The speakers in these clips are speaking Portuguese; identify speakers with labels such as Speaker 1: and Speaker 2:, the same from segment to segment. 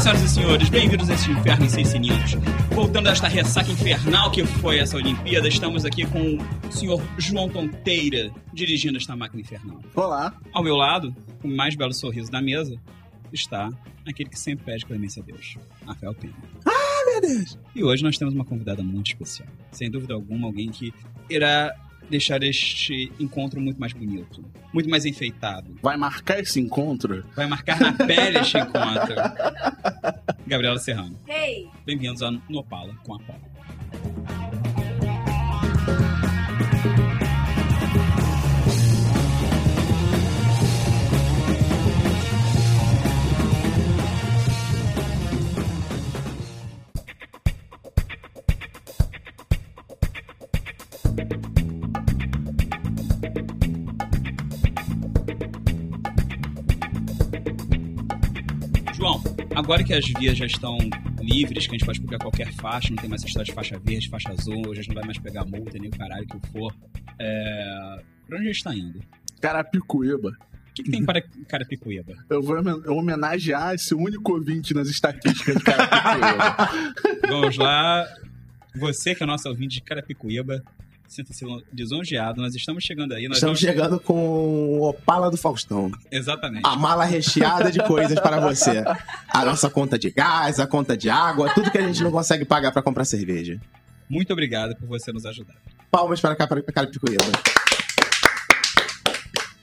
Speaker 1: senhoras e senhores, bem-vindos a este inferno sem sininhos. Voltando a esta ressaca infernal que foi essa Olimpíada, estamos aqui com o senhor João Tonteira dirigindo esta máquina infernal.
Speaker 2: Olá.
Speaker 1: Ao meu lado, com o mais belo sorriso da mesa, está aquele que sempre pede clemência a Deus, Rafael Pena.
Speaker 2: Ah, Meu Deus.
Speaker 1: E hoje nós temos uma convidada muito especial. Sem dúvida alguma, alguém que irá deixar este encontro muito mais bonito, muito mais enfeitado.
Speaker 2: Vai marcar esse encontro?
Speaker 1: Vai marcar na pele este encontro. Gabriela Serrano,
Speaker 3: Hey!
Speaker 1: bem-vindos a Nopala com a Paula. João, agora que as vias já estão livres, que a gente pode pegar qualquer faixa, não tem mais essa história de faixa verde, faixa azul, a gente não vai mais pegar multa, nem o caralho que for. É... Pra onde a gente tá indo?
Speaker 2: Carapicuíba.
Speaker 1: O que, que tem para Carapicuíba?
Speaker 2: Eu vou homen- eu homenagear esse único ouvinte nas estatísticas de Carapicuíba.
Speaker 1: Vamos lá. Você que é nosso ouvinte de Carapicuíba, sinta-se lisonjeado. Nós estamos chegando aí. Nós
Speaker 4: Estamos
Speaker 1: vamos-
Speaker 4: chegando com o Opala do Faustão.
Speaker 1: Exatamente.
Speaker 4: A mala recheada de coisas para você. A nossa conta de gás, a conta de água, tudo que a gente não consegue pagar para comprar cerveja.
Speaker 1: Muito obrigado por você nos ajudar.
Speaker 4: Palmas para cá, para Carapicuíba.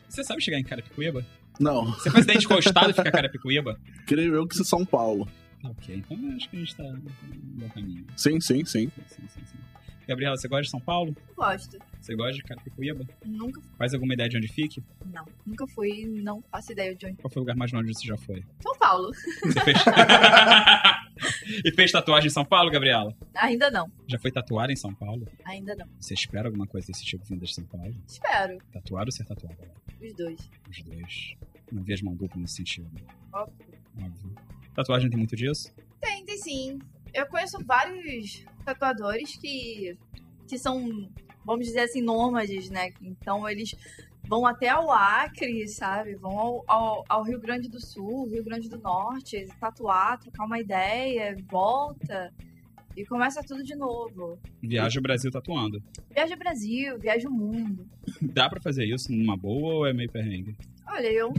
Speaker 1: Você sabe chegar em Carapicuíba?
Speaker 2: Não,
Speaker 1: Você faz dente encostado e fica Carapicuíba?
Speaker 2: creio eu que isso é São Paulo.
Speaker 1: Ok, então eu acho que a gente tá no bom caminho.
Speaker 2: Sim, sim, sim.
Speaker 1: Sim, sim, sim. Gabriela, você gosta de São Paulo?
Speaker 3: Gosto.
Speaker 1: Você gosta de Carapicuíba?
Speaker 3: Nunca.
Speaker 1: Faz alguma ideia de onde fique?
Speaker 3: Não. Nunca fui, não faço ideia de onde.
Speaker 1: Qual foi o lugar mais longe que você já foi?
Speaker 3: São Paulo.
Speaker 1: Você fez... e fez tatuagem em São Paulo, Gabriela?
Speaker 3: Ainda não.
Speaker 1: Já foi tatuada em São Paulo?
Speaker 3: Ainda não.
Speaker 1: Você espera alguma coisa desse tipo vindo de São Paulo?
Speaker 3: Espero.
Speaker 1: Tatuar ou ser tatuada?
Speaker 3: Os dois.
Speaker 1: Os dois. Não vi as mãos duplas nesse sentido.
Speaker 3: Óbvio.
Speaker 1: Óbvio. Tatuagem tem muito disso?
Speaker 3: Tem, tem sim. Eu conheço vários tatuadores que. que são, vamos dizer assim, nômades, né? Então eles vão até ao Acre, sabe? Vão ao, ao- ao Rio Grande do Sul, Rio Grande do Norte, tatuar, trocar uma ideia, volta. E começa tudo de novo.
Speaker 1: Viaja o Brasil tatuando.
Speaker 3: Viaja o Brasil, viaja o mundo.
Speaker 1: Dá pra fazer isso numa boa ou é meio perrengue?
Speaker 3: Olha, eu,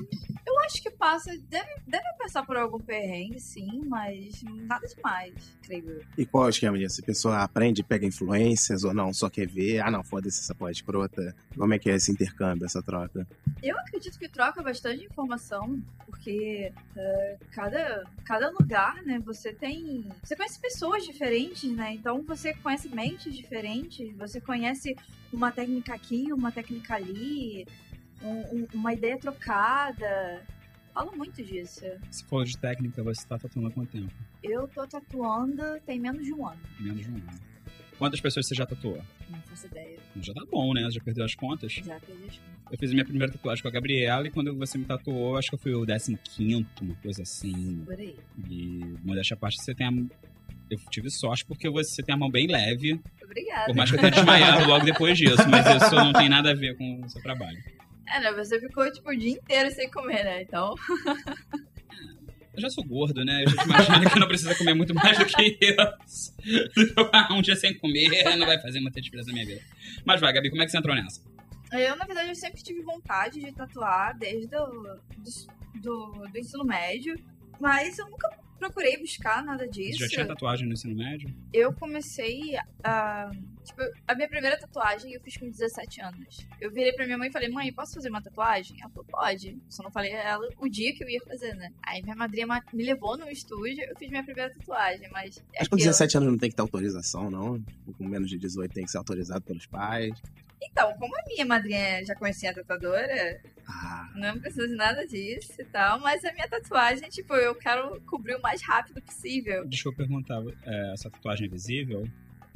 Speaker 3: eu acho que passa. Deve, deve passar por algum perrengue, sim, mas nada demais, creio eu.
Speaker 4: E qual é o esquema disso? A pessoa aprende, pega influências ou não, só quer ver? Ah, não, foda-se essa porra escrota. Como é que é esse intercâmbio, essa troca?
Speaker 3: Eu acredito que troca bastante informação, porque eh, cada, cada lugar, né, você tem. Você conhece pessoas diferentes, né? Então você conhece mentes diferentes, você conhece uma técnica aqui, uma técnica ali, um- um- uma ideia trocada. Falo muito disso.
Speaker 1: Se for de técnica, você tá tatuando há quanto tempo?
Speaker 3: Eu tô tatuando tem menos de um ano.
Speaker 1: Menos de um ano. Quantas pessoas você já tatuou?
Speaker 3: Não faço ideia.
Speaker 1: Já tá bom, né? Já perdeu as contas.
Speaker 3: Já perdi as contas.
Speaker 1: Eu fiz minha primeira tatuagem com a Gabriela e quando você me tatuou, acho que eu fui o 15, uma coisa assim.
Speaker 3: Por aí.
Speaker 1: E modéstia à parte, você tem a. Eu tive sorte porque você tem a mão bem leve,
Speaker 3: Obrigada.
Speaker 1: por mais que eu tenha desmaiado logo depois disso, mas isso não tem nada a ver com o seu trabalho.
Speaker 3: É, né? Você ficou tipo o dia inteiro sem comer, né? Então.
Speaker 1: Eu já sou gordo, né? Eu já te imagino que não precisa comer muito mais do que isso. um dia sem comer não vai fazer muita diferença na minha vida. Mas vai, Gabi, como é que você entrou nessa?
Speaker 3: Eu, na verdade, eu sempre tive vontade de tatuar desde o do, do- do ensino médio. Mas eu nunca procurei buscar nada disso.
Speaker 1: Você já tinha tatuagem no ensino médio?
Speaker 3: Eu comecei a. Tipo, a minha primeira tatuagem eu fiz com 17 anos. Eu virei pra minha mãe e falei, mãe, posso fazer uma tatuagem? Ela falou, pode. Só não falei a ela o dia que eu ia fazer, né? Aí minha madrinha ma- me levou no estúdio, eu fiz minha primeira tatuagem, mas. é
Speaker 4: Acho que com
Speaker 3: aquilo.
Speaker 4: 17 anos não tem que ter autorização, não. Tipo, com menos de 18 tem que ser autorizado pelos pais.
Speaker 3: Então, como a minha madrinha já conhecia a tatuadora,
Speaker 4: Ah,
Speaker 3: não precisa de nada disso e tal, mas a minha tatuagem, tipo, eu quero cobrir o mais rápido possível.
Speaker 1: Deixa eu perguntar, é, essa tatuagem é visível?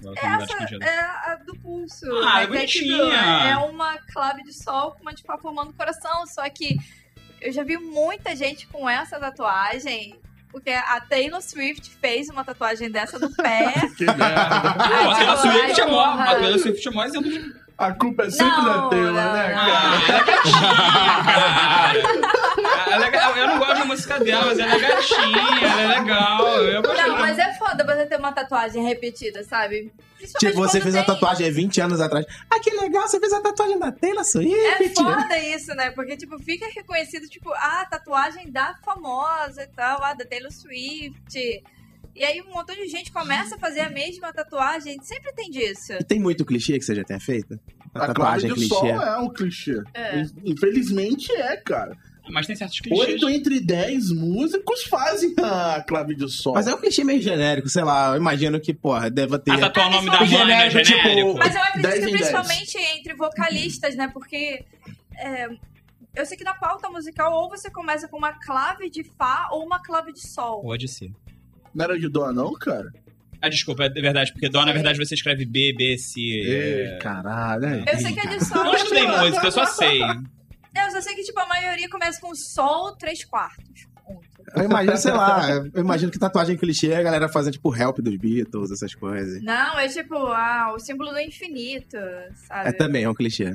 Speaker 1: Ela tem um lugar
Speaker 3: Essa
Speaker 1: escondido.
Speaker 3: é a do pulso.
Speaker 1: Ah,
Speaker 3: né,
Speaker 1: é
Speaker 3: que aqui
Speaker 1: bonitinha.
Speaker 3: do- É uma clave de sol com uma tipo formando o coração, só que eu já vi muita gente com essa tatuagem, porque a Taylor Swift fez uma tatuagem dessa no pé.
Speaker 2: Que merda.
Speaker 1: Pô, a Taylor
Speaker 3: Ai,
Speaker 1: Swift é mó.
Speaker 3: porra.
Speaker 1: A Taylor Swift é mó exemplo de.
Speaker 2: A culpa é sempre
Speaker 3: Não, Ah,
Speaker 2: da Taylor, né,
Speaker 3: não.
Speaker 2: cara?
Speaker 1: Ah, ela é quietinha, cara. ela é ga- eu não gosto da música dela, mas ela é gatinha, ela é legal. Eu gostei.
Speaker 3: Não, mas é foda você ter uma tatuagem repetida, sabe? Principalmente
Speaker 4: Tipo, você
Speaker 3: quando
Speaker 4: fez a
Speaker 3: tem-
Speaker 4: tatuagem há 20 anos atrás. Ah, que legal, você fez a tatuagem da Taylor
Speaker 3: É
Speaker 4: Swift.
Speaker 3: foda isso, né? Porque, tipo, fica reconhecido, tipo, ah, tatuagem da famosa e tal, ah, da Taylor Swift. E aí um montão de gente começa a fazer a mesma tatuagem. Sempre tem disso.
Speaker 4: E tem muito clichê que você já tenha feito? A
Speaker 2: A Clara
Speaker 4: tatuagem
Speaker 2: de
Speaker 4: é clichê.
Speaker 2: Sol é um clichê.
Speaker 3: É.
Speaker 2: Infelizmente é, cara.
Speaker 1: Mas tem certos clichês.
Speaker 2: Oito entre dez músicos fazem a clave de sol.
Speaker 4: Mas é um clichê meio genérico, sei lá. Eu imagino que, porra, deva ter.
Speaker 1: Ah, tatuar o nome da
Speaker 3: Mas
Speaker 1: banda é
Speaker 4: genérico, tipo,
Speaker 1: genérico.
Speaker 3: Mas eu acredito
Speaker 2: 10
Speaker 3: que
Speaker 2: em 10.
Speaker 3: principalmente entre vocalistas, né? Porque é, eu sei que na pauta musical ou você começa com uma clave de Fá ou uma clave de Sol.
Speaker 1: Pode ser.
Speaker 2: Não era de dó, não, cara?
Speaker 1: Ah, desculpa, é verdade, porque Dó, na verdade, você escreve B, B, C. é.
Speaker 2: Ei, caralho. aí.
Speaker 3: Eu sei que é de Sol.
Speaker 1: Não estudei
Speaker 3: tipo,
Speaker 1: música, eu só sei.
Speaker 3: Não, eu só sei que tipo, a maioria começa com Sol três quartos. ponto.
Speaker 4: Eu imagino, sei lá. Eu imagino que tatuagem é clichê a galera fazendo, tipo, help dos Beatles, essas coisas.
Speaker 3: Não, é tipo, ah, o símbolo do infinito,
Speaker 4: É
Speaker 3: sabe?
Speaker 4: também, é um clichê.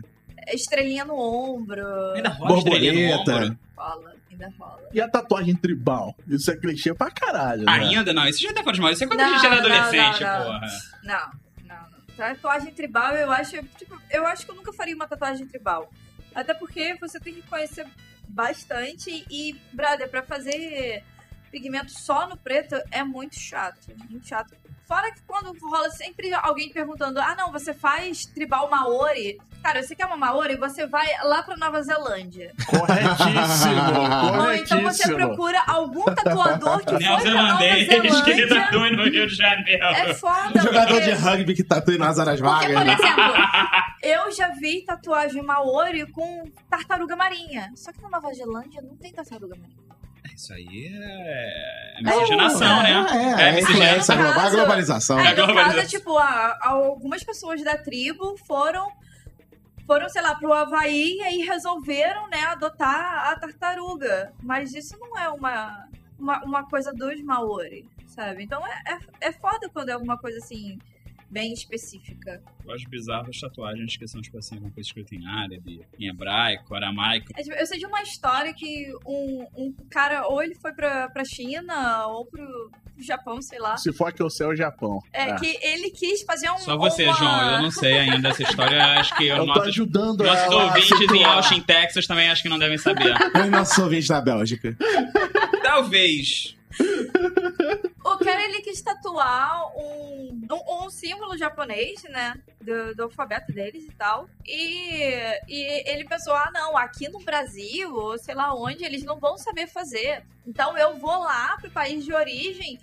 Speaker 3: Estrelinha no ombro,
Speaker 1: Ainda rola estrelinha no ombro?
Speaker 4: Borboleta.
Speaker 3: rola, ainda rola.
Speaker 2: E a tatuagem tribal? Isso é clichê pra caralho. né?
Speaker 1: Ah, Ainda não, isso já tá fora de moda. Isso é quando a
Speaker 3: Não,
Speaker 1: gente era
Speaker 3: não,
Speaker 1: adolescente,
Speaker 3: não, não.
Speaker 1: porra.
Speaker 3: Não, não, não. Tatuagem tribal, eu acho. Tipo, eu acho que eu nunca faria uma tatuagem tribal. Até porque você tem que conhecer bastante. E, brother, pra fazer pigmento só no preto é muito chato. Muito chato. Fora que quando rola sempre alguém perguntando: ah, não, você faz tribal maori? Cara, você quer uma maori? Você vai lá pra Nova Zelândia.
Speaker 2: Corretíssimo,
Speaker 3: Ou então você
Speaker 2: corretíssimo.
Speaker 3: procura algum tatuador que foi pra é Nova
Speaker 1: Neozelandês que tá
Speaker 3: Zelândia.
Speaker 1: tatuou no Rio de Janeiro.
Speaker 3: É foda,
Speaker 4: Um jogador
Speaker 3: porque-
Speaker 4: de rugby que tatua nas áreas
Speaker 3: porque,
Speaker 4: vagas.
Speaker 3: por
Speaker 4: né?
Speaker 3: exemplo, eu já vi tatuagem maori com tartaruga marinha. Só que na Nova Zelândia não tem tartaruga marinha.
Speaker 1: Isso aí é. é miscigenação, né?
Speaker 4: É, é,
Speaker 1: É,
Speaker 4: é influência
Speaker 1: miscigenação.
Speaker 4: global, é
Speaker 3: Caso-
Speaker 4: globalização.
Speaker 1: É
Speaker 3: Aí, no
Speaker 1: globalização.
Speaker 3: caso, tipo, a- algumas pessoas da tribo foram, foram, sei lá, pro Havaí e aí resolveram, né, adotar a tartaruga. Mas isso não é uma, uma, uma coisa dos maori, sabe? Então é, é, é foda quando é alguma coisa assim, bem específica.
Speaker 1: Eu acho bizarro as tatuagens que são, tipo assim, alguma coisa escrita em árabe, em hebraico, aramaico.
Speaker 3: É, tipo, Eu sei de uma história que um, um cara, ou ele foi pra, pra China, ou pro Japão, sei lá.
Speaker 2: Se for aqui o céu, é o Japão.
Speaker 3: É,
Speaker 2: É.
Speaker 3: que ele quis fazer um.
Speaker 1: Só você,
Speaker 3: uma-
Speaker 1: João. Eu não sei ainda essa história. Acho que
Speaker 2: Eu
Speaker 1: eu
Speaker 2: tô
Speaker 1: nosso,
Speaker 2: ajudando
Speaker 1: nossos
Speaker 2: ela a
Speaker 1: ouvintes em
Speaker 2: situar.
Speaker 1: Austin, Texas, também acho que não devem saber.
Speaker 4: Os nossos ouvintes da Bélgica.
Speaker 1: Talvez.
Speaker 3: O cara, ele quis tatuar um, um, um símbolo japonês, né? Do, do alfabeto deles e tal. E, e ele pensou: ah, não, aqui no Brasil, ou sei lá onde, eles não vão saber fazer. Então eu vou lá pro país de origem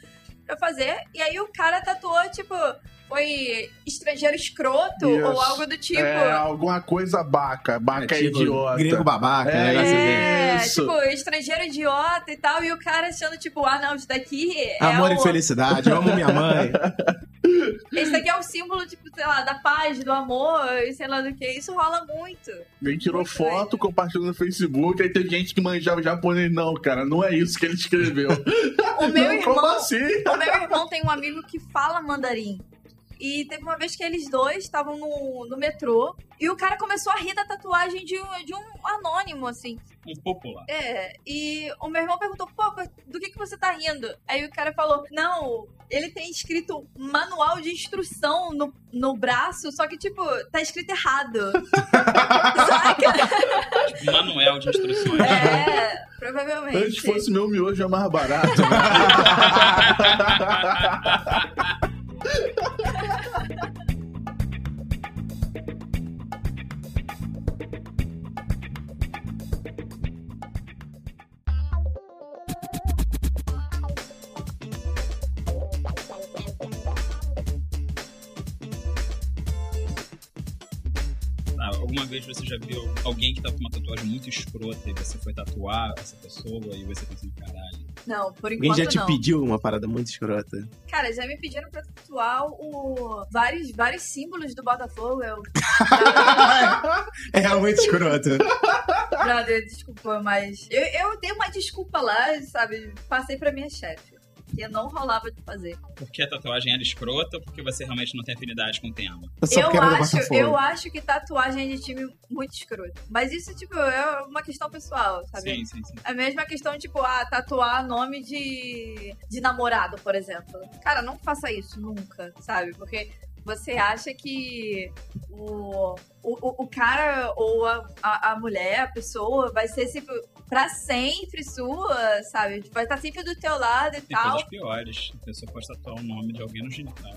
Speaker 3: pra fazer. E aí o cara tatuou, tipo, foi estrangeiro escroto ou
Speaker 2: Isso.
Speaker 3: algo do tipo.
Speaker 2: É, alguma coisa baca. Baca é,
Speaker 4: Tipo,
Speaker 2: idiota.
Speaker 4: Grego babaca,
Speaker 2: É,
Speaker 4: né? negócio dele.
Speaker 3: É,
Speaker 2: Isso.
Speaker 3: tipo, estrangeiro idiota e tal, e o cara achando, tipo, ah, não, isso daqui é
Speaker 4: Amor
Speaker 3: o...
Speaker 4: e felicidade, eu amo minha mãe.
Speaker 3: Esse daqui é o símbolo, tipo, sei lá, da paz, do amor, e sei lá do que. Isso rola muito.
Speaker 2: Ele tirou foto, compartilhou no Facebook, aí tem gente que manjava japonês. Não, cara, não é isso que ele escreveu.
Speaker 3: O meu
Speaker 2: não, como
Speaker 3: irmão.
Speaker 2: assim?
Speaker 3: O meu irmão tem um amigo que fala mandarim. E teve uma vez que eles dois estavam no, no metrô e o cara começou a rir da tatuagem de, um- de um anônimo, assim.
Speaker 1: Um popular.
Speaker 3: É, e o meu irmão perguntou, pô, do que, que você tá rindo? Aí o cara falou, não, ele tem escrito manual de instrução no, no braço, só que, tipo, tá escrito errado. Saca?
Speaker 1: Manuel tipo um de instruções.
Speaker 3: É,
Speaker 2: Antes
Speaker 3: provavelmente.
Speaker 2: fosse meu miojo é mais barato.
Speaker 1: Tá, alguma vez você já viu alguém que tá com uma tatuagem muito escrota e você foi tatuar essa pessoa e você pensou, caralho.
Speaker 3: Não, por
Speaker 4: Alguém
Speaker 3: enquanto
Speaker 4: já te
Speaker 3: não.
Speaker 4: pediu uma parada muito escrota.
Speaker 3: Cara, já me pediram pra tatuar o... vários, vários símbolos do Botafogo. Eu... Brother,
Speaker 4: É muito escroto.
Speaker 3: Brother, desculpa, mas eu, eu dei uma desculpa lá, sabe? Passei pra minha chefe. porque não rolava de fazer.
Speaker 1: Porque a tatuagem era escrota ou porque você realmente não tem afinidade com o tema?
Speaker 4: Eu só
Speaker 3: eu
Speaker 4: quero do
Speaker 3: acho,
Speaker 4: Botafogo.
Speaker 3: eu acho que tatuagem é de time muito escroto. Mas isso, tipo, é uma questão pessoal, sabe?
Speaker 1: Sim, sim, sim.
Speaker 3: A mesma questão, tipo, ah, tatuar nome de, de namorado, por exemplo. Cara, não faça isso nunca, sabe? Porque você acha que o, o, o- o cara ou a, a, a mulher, a pessoa, vai ser sempre, pra sempre sua, sabe? Tipo, Vai estar sempre do teu lado e
Speaker 1: Tem
Speaker 3: tal.
Speaker 1: coisas piores. A pessoa pode tatuar o nome de alguém no genital.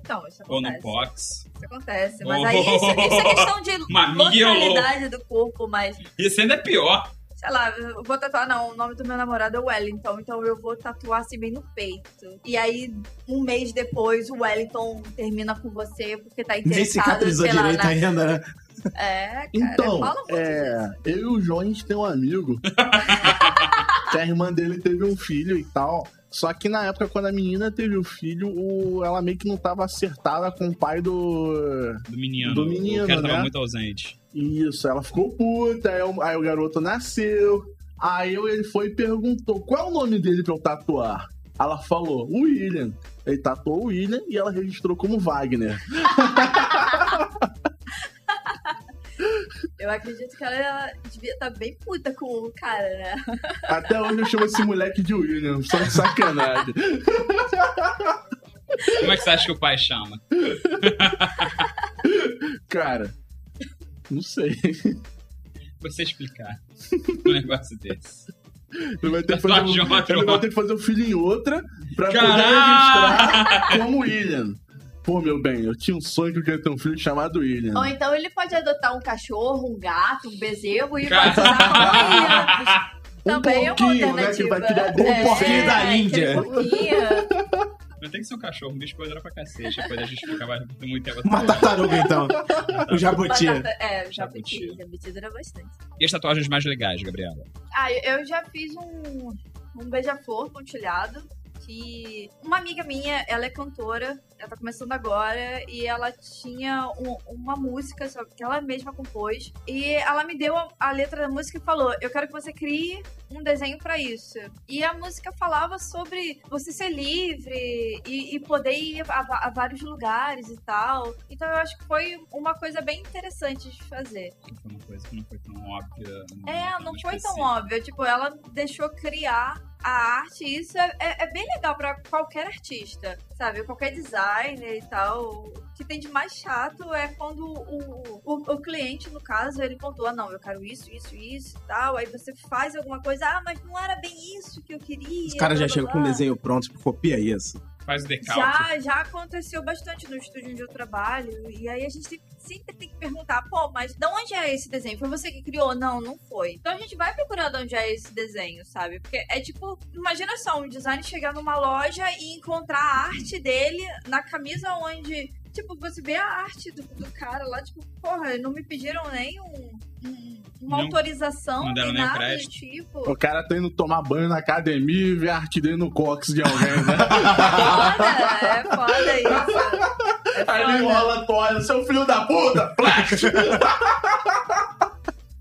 Speaker 3: Então, isso
Speaker 1: Ou no
Speaker 3: acontece.
Speaker 1: box.
Speaker 3: Isso acontece. Mas aí isso, isso é questão de
Speaker 1: Mamilo.
Speaker 3: localidade do corpo, mas
Speaker 1: Isso ainda é pior.
Speaker 3: sei lá, eu vou tatuar, não, o nome do meu namorado é Wellington, então eu vou tatuar assim bem no peito. E aí, um mês depois, o Wellington termina com você porque tá
Speaker 4: Nem
Speaker 3: interessado,
Speaker 4: cicatrizou
Speaker 3: sei lá,
Speaker 4: direito
Speaker 3: na-
Speaker 4: ainda, né?
Speaker 3: É, cara,
Speaker 2: Então,
Speaker 3: fala muito disso.
Speaker 2: é, eu e o João, a gente tem um amigo que a irmã dele teve um filho e tal. Só que na época, quando a menina teve o filho, o- ela meio que não tava acertada com o pai do.
Speaker 1: Do menino.
Speaker 2: Do menino,
Speaker 1: O cara tava
Speaker 2: né?
Speaker 1: muito ausente.
Speaker 2: Isso, ela ficou puta, aí o, aí o garoto nasceu. Aí eu- ele foi e perguntou: qual é o nome dele pra eu tatuar? Ela falou, William. Ele tatuou o William e ela registrou como Wagner.
Speaker 3: Eu acredito que ela devia estar bem puta com o cara, né?
Speaker 2: Até hoje eu chamo esse moleque de William, só de sacanagem.
Speaker 1: Como é que você acha que o pai chama?
Speaker 2: Cara, não sei.
Speaker 1: Você explicar um negócio desse.
Speaker 2: Ele vai ter que fazer,
Speaker 1: Tatuagem
Speaker 2: um,
Speaker 1: outra.
Speaker 2: ele vai ter que fazer um filho em outra pra
Speaker 1: Caraca!
Speaker 2: poder registrar como William. Pô, meu bem, eu tinha um sonho que eu queria ter um filho chamado William.
Speaker 3: Ou então ele pode adotar um cachorro, um gato, um bezerro e
Speaker 1: Cara.
Speaker 3: vai usar
Speaker 2: um
Speaker 3: Também é uma
Speaker 2: pouquinho, né? Que
Speaker 3: alternativa.
Speaker 2: vai criar dois
Speaker 3: É,
Speaker 4: porquinho da
Speaker 3: aquele
Speaker 4: Índia.
Speaker 3: porquinho.
Speaker 1: Mas tem que ser um cachorro, o bicho pode olhar pra cacete. Depois a gente fica mais tem muito tempo.
Speaker 4: Uma tartaruga, então. o jabuti.
Speaker 3: Batata, é,
Speaker 1: Jabuti.
Speaker 3: jabuti. Jabuti dura bastante.
Speaker 1: E as tatuagens mais legais, Gabriela?
Speaker 3: Ah, eu eu já fiz um, um beija-flor pontilhado. Que uma amiga minha, ela é cantora, ela tá começando agora, e ela tinha um- uma música só que ela mesma compôs. E ela me deu a, a letra da música e falou: Eu quero que você crie um desenho pra isso. E a música falava sobre você ser livre e, e poder ir a, va- a vários lugares e tal. Então eu acho que foi uma coisa bem interessante de fazer.
Speaker 1: Foi uma coisa que não foi tão óbvia. assim.
Speaker 3: É, não foi tão óbvio. Tipo, ela deixou criar a arte. e Isso é, é- é bem legal pra qualquer artista, sabe? Qualquer designer e tal. O que tem de mais chato é quando o, o, o cliente, no caso, ele pontua: não, eu quero isso, isso, isso e tal. Aí você faz alguma coisa, ah, mas não era bem isso que eu queria.
Speaker 4: Os caras já
Speaker 3: blá, blá,
Speaker 4: chegam com o
Speaker 3: blá."
Speaker 4: desenho pronto, tipo, copia isso.
Speaker 1: Faz o decalque.
Speaker 3: Já, já aconteceu bastante no estúdio onde eu trabalho. E aí a gente sempre- sempre tem que perguntar, pô, mas de onde é esse desenho? Foi você que criou? Não, não foi. Então a gente vai procurando onde é esse desenho, sabe? Porque é tipo, imagina só, um designer chegar numa loja e encontrar a arte dele na camisa onde. Tipo, você vê a arte do, do cara lá, tipo, porra, não me pediram nem um- um- uma
Speaker 1: Não-
Speaker 3: autorização,
Speaker 1: não deram
Speaker 3: nem
Speaker 1: nem
Speaker 3: nada do
Speaker 1: crédito.
Speaker 3: tipo.
Speaker 2: O cara tá indo tomar banho na academia e ver a arte dele no cox de alguém, né?
Speaker 3: Foda, é foda isso. É
Speaker 2: Aí ele
Speaker 3: foda.
Speaker 2: enrola a toalha, seu filho da puta!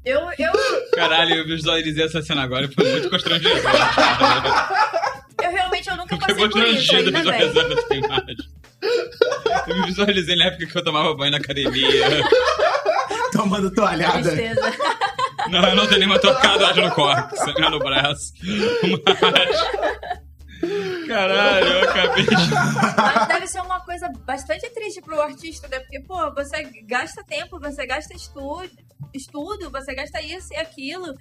Speaker 3: Eu, eu
Speaker 1: Caralho, eu visualizei essa cena agora e foi muito constrangedor. cara.
Speaker 3: Eu realmente eu nunca
Speaker 1: Fiquei
Speaker 3: passei por isso,
Speaker 1: constrangido
Speaker 3: ainda bem.
Speaker 1: visualizando essa imagem. Eu me visualizei na época que eu tomava banho na academia.
Speaker 4: Tá Tomando toalhada.
Speaker 3: Tristeza.
Speaker 1: Não, eu não tenho nenhuma tocada no cóccix, nem no braço. Mas... Caralho, eu acabei de...
Speaker 3: Mas deve ser uma coisa bastante triste pro artista, né? Porque, pô, você gasta tempo, você gasta estudo, estudo, você gasta isso e aquilo.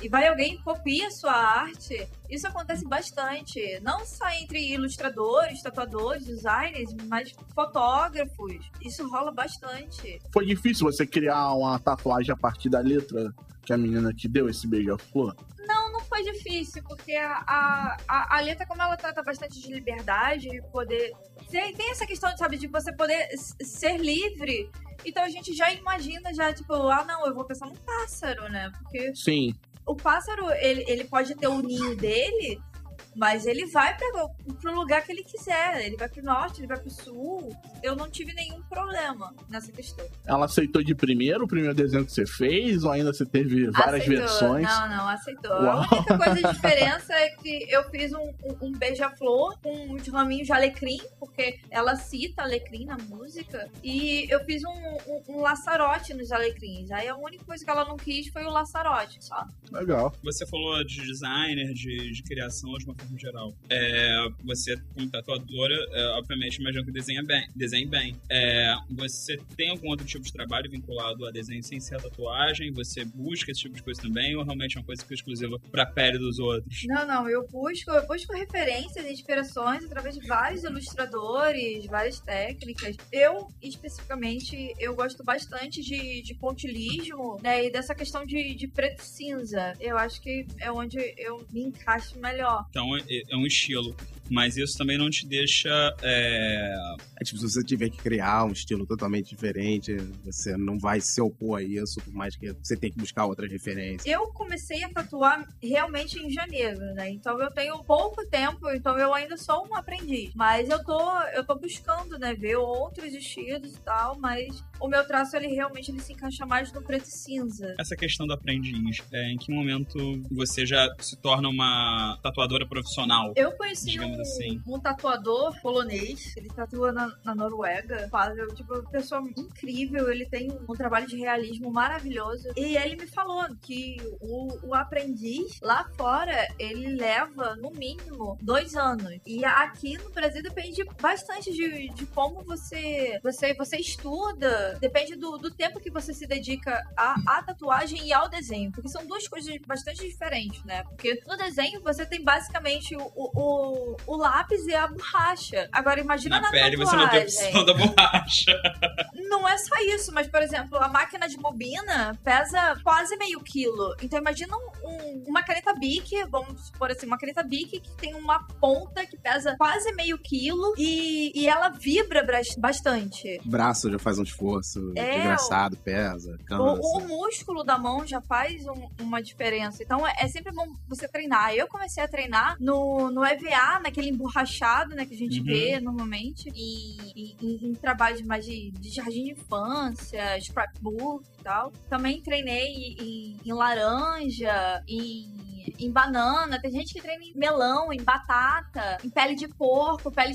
Speaker 3: E vai alguém e copia a sua arte. Isso acontece bastante. Não só entre ilustradores, tatuadores, designers, mas fotógrafos. Isso rola bastante.
Speaker 2: Foi difícil você criar uma tatuagem a partir da letra que a menina te deu, esse beija-flor?
Speaker 3: Não, não foi difícil, porque a, a, a, a letra, como ela trata bastante de liberdade, e poder. Tem, tem essa questão, sabe, de você poder s- ser livre. Então a gente já imagina, já, tipo, ah, não, eu vou pensar num pássaro, né? Porque
Speaker 2: Sim.
Speaker 3: o pássaro, ele, ele pode ter o ninho dele. Mas ele vai pra, pro lugar que ele quiser. Ele vai pro norte, ele vai pro sul. Eu não tive nenhum problema nessa questão.
Speaker 2: Ela aceitou de primeiro o primeiro desenho que você fez? Ou ainda você teve várias
Speaker 3: aceitou.
Speaker 2: versões?
Speaker 3: Não, não, aceitou.
Speaker 2: Uau.
Speaker 3: A única coisa de diferença é que eu fiz um, um- um beija-flor com uns raminhos de alecrim, porque ela cita alecrim na música. E eu fiz um, um- um laçarote nos alecrins. Aí a única coisa que ela não quis foi o laçarote, só.
Speaker 2: Legal.
Speaker 1: Você falou de designer, de, de criação de uma forma geral. É, você, como tatuadora, é, obviamente, imagino que desenha bem. Desenhe bem. É, você tem algum outro tipo de trabalho vinculado a desenho sem ser a tatuagem? Você busca esse tipo de coisa também? Ou realmente é uma coisa que é exclusiva pra pele dos outros?
Speaker 3: Não, não, eu busco, eu busco referências e inspirações através de vários ilustradores, várias técnicas. Eu, especificamente, eu gosto bastante de, de pontilismo, né, e dessa questão de, de preto e cinza. Eu acho que é onde eu me encaixo melhor.
Speaker 1: Então, é, é um estilo. Mas isso também não te deixa... é,
Speaker 4: É tipo, se você tiver que criar um estilo totalmente diferente, você não vai se opor a isso, por mais que você tenha que buscar outras referências.
Speaker 3: Eu comecei a tatuar realmente em janeiro, né? Então eu tenho pouco tempo, então eu ainda sou um aprendiz. Mas eu tô, eu tô buscando, né, ver outros estilos e tal, mas o meu traço ele realmente ele se encaixa mais no preto e cinza.
Speaker 1: Essa questão do aprendiz, é, em que momento você já se torna uma tatuadora profissional?
Speaker 3: Eu conheci
Speaker 1: Digamos
Speaker 3: um,
Speaker 1: assim.
Speaker 3: um tatuador polonês, ele tatua na, na Noruega. Fala, eu, tipo, uma pessoa incrível, ele tem um, um trabalho de realismo maravilhoso. E ele me falou que o, o aprendiz lá fora, ele leva no mínimo dois anos. E aqui no Brasil depende bastante de, de como você, você, você estuda, depende do, do tempo que você se dedica à, à tatuagem e ao desenho. Porque são duas coisas bastante diferentes, né? Porque no desenho você tem basicamente o, o, o- o lápis e a borracha. Agora imagina
Speaker 1: Na,
Speaker 3: na,
Speaker 1: pele você não tem a
Speaker 3: tatuagem.
Speaker 1: opção da borracha.
Speaker 3: Não é só isso, mas, por exemplo, a máquina de bobina pesa quase meio quilo. Então, imagina um- um- uma caneta Bic, vamos supor assim, uma caneta Bic que tem uma ponta que pesa quase meio quilo e, e ela vibra bras- bastante.
Speaker 4: Braço já faz um esforço
Speaker 3: É,
Speaker 4: desgraçado, pesa,
Speaker 1: Então, é
Speaker 4: assim. cansa.
Speaker 3: O, o
Speaker 1: assim.
Speaker 3: músculo da mão já faz um- uma diferença. Então é, é sempre bom você treinar. Eu comecei a treinar no, no EVA, naquele emborrachado, né, que a gente
Speaker 1: Uhum.
Speaker 3: vê normalmente. E, e- e em trabalhos mais de, de jardim de infância, scrapbook e tal. Também treinei em, em laranja, em. Em banana, tem gente que treina em melão, em batata, em pele de porco, pele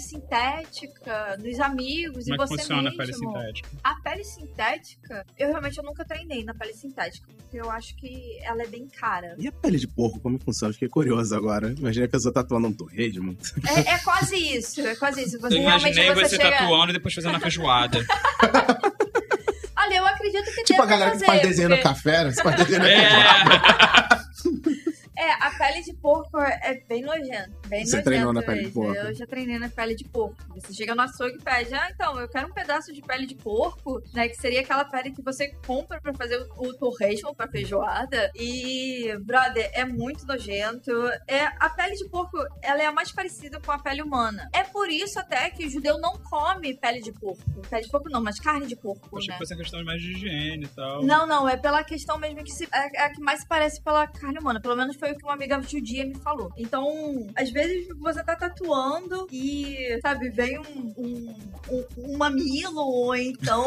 Speaker 3: sintética, nos amigos,
Speaker 1: Como
Speaker 3: e
Speaker 1: é que
Speaker 3: você
Speaker 1: funciona
Speaker 3: mesmo.
Speaker 1: a pele sintética?
Speaker 3: A pele sintética, eu realmente eu nunca treinei na pele sintética, porque eu acho que ela é bem cara.
Speaker 4: E a pele de porco, como funciona? Fiquei curioso agora. Imagina a pessoa tatuando um torresmo.
Speaker 3: É, é quase isso, é quase isso. Você
Speaker 1: Eu
Speaker 3: realmente
Speaker 1: imaginei
Speaker 3: você,
Speaker 1: você
Speaker 3: chega.
Speaker 1: tatuando e depois fazendo a feijoada.
Speaker 3: Olha, eu acredito que
Speaker 4: Tipo
Speaker 3: deva
Speaker 4: a galera que
Speaker 3: fazer,
Speaker 4: faz desenho no
Speaker 3: porque-
Speaker 4: café, né? Você faz desenho no café.
Speaker 1: é,
Speaker 3: É, a pele de porco é bem nojenta. Bem
Speaker 4: Você
Speaker 3: nojenta
Speaker 4: treinou na pele de
Speaker 3: mesmo.
Speaker 4: porco?
Speaker 3: Eu já treinei na pele de porco. Você chega no açougue e pede, ah, então, eu quero um pedaço de pele de porco, né? Que seria aquela pele que você compra pra fazer o, o torresmo pra feijoada. E, brother, é muito nojento. É, a pele de porco, ela é a mais parecida com a pele humana. É por isso até que o judeu não come pele de porco. Pele de porco não, mas carne de porco,
Speaker 1: achei
Speaker 3: né?
Speaker 1: que fosse é uma questão mais de higiene e tal.
Speaker 3: Não, não, é pela questão mesmo que se, é, é a que mais se parece pela carne humana. Pelo menos foi o que uma amiga judia me falou. Então, às vezes você tá tatuando e, sabe, vem um, um, um, um mamilo ou então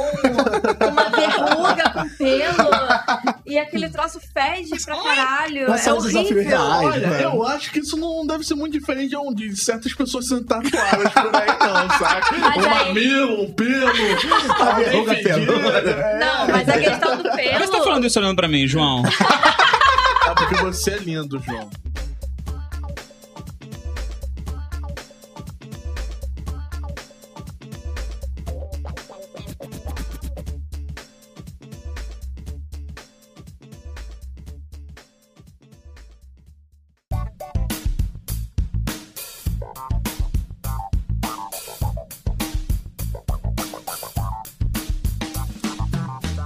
Speaker 3: uma verruga com pelo e aquele troço fede pra caralho.
Speaker 4: Nossa,
Speaker 3: é
Speaker 4: é um desafio
Speaker 3: horrível. é
Speaker 4: real. Ai,
Speaker 2: Olha,
Speaker 4: mano.
Speaker 2: eu acho que isso não deve ser muito diferente de, um- de certas pessoas sendo tatuadas por aí, não, saca?
Speaker 3: Mas
Speaker 2: Um
Speaker 3: aí-
Speaker 2: mamilo, um pelo, uma
Speaker 4: verruga
Speaker 2: bem fedida,
Speaker 4: peluda.
Speaker 2: é.
Speaker 3: Não, mas a questão do
Speaker 1: Por que
Speaker 3: pelo.
Speaker 1: você tá falando isso olhando pra mim, João?
Speaker 2: É porque você é lindo, João.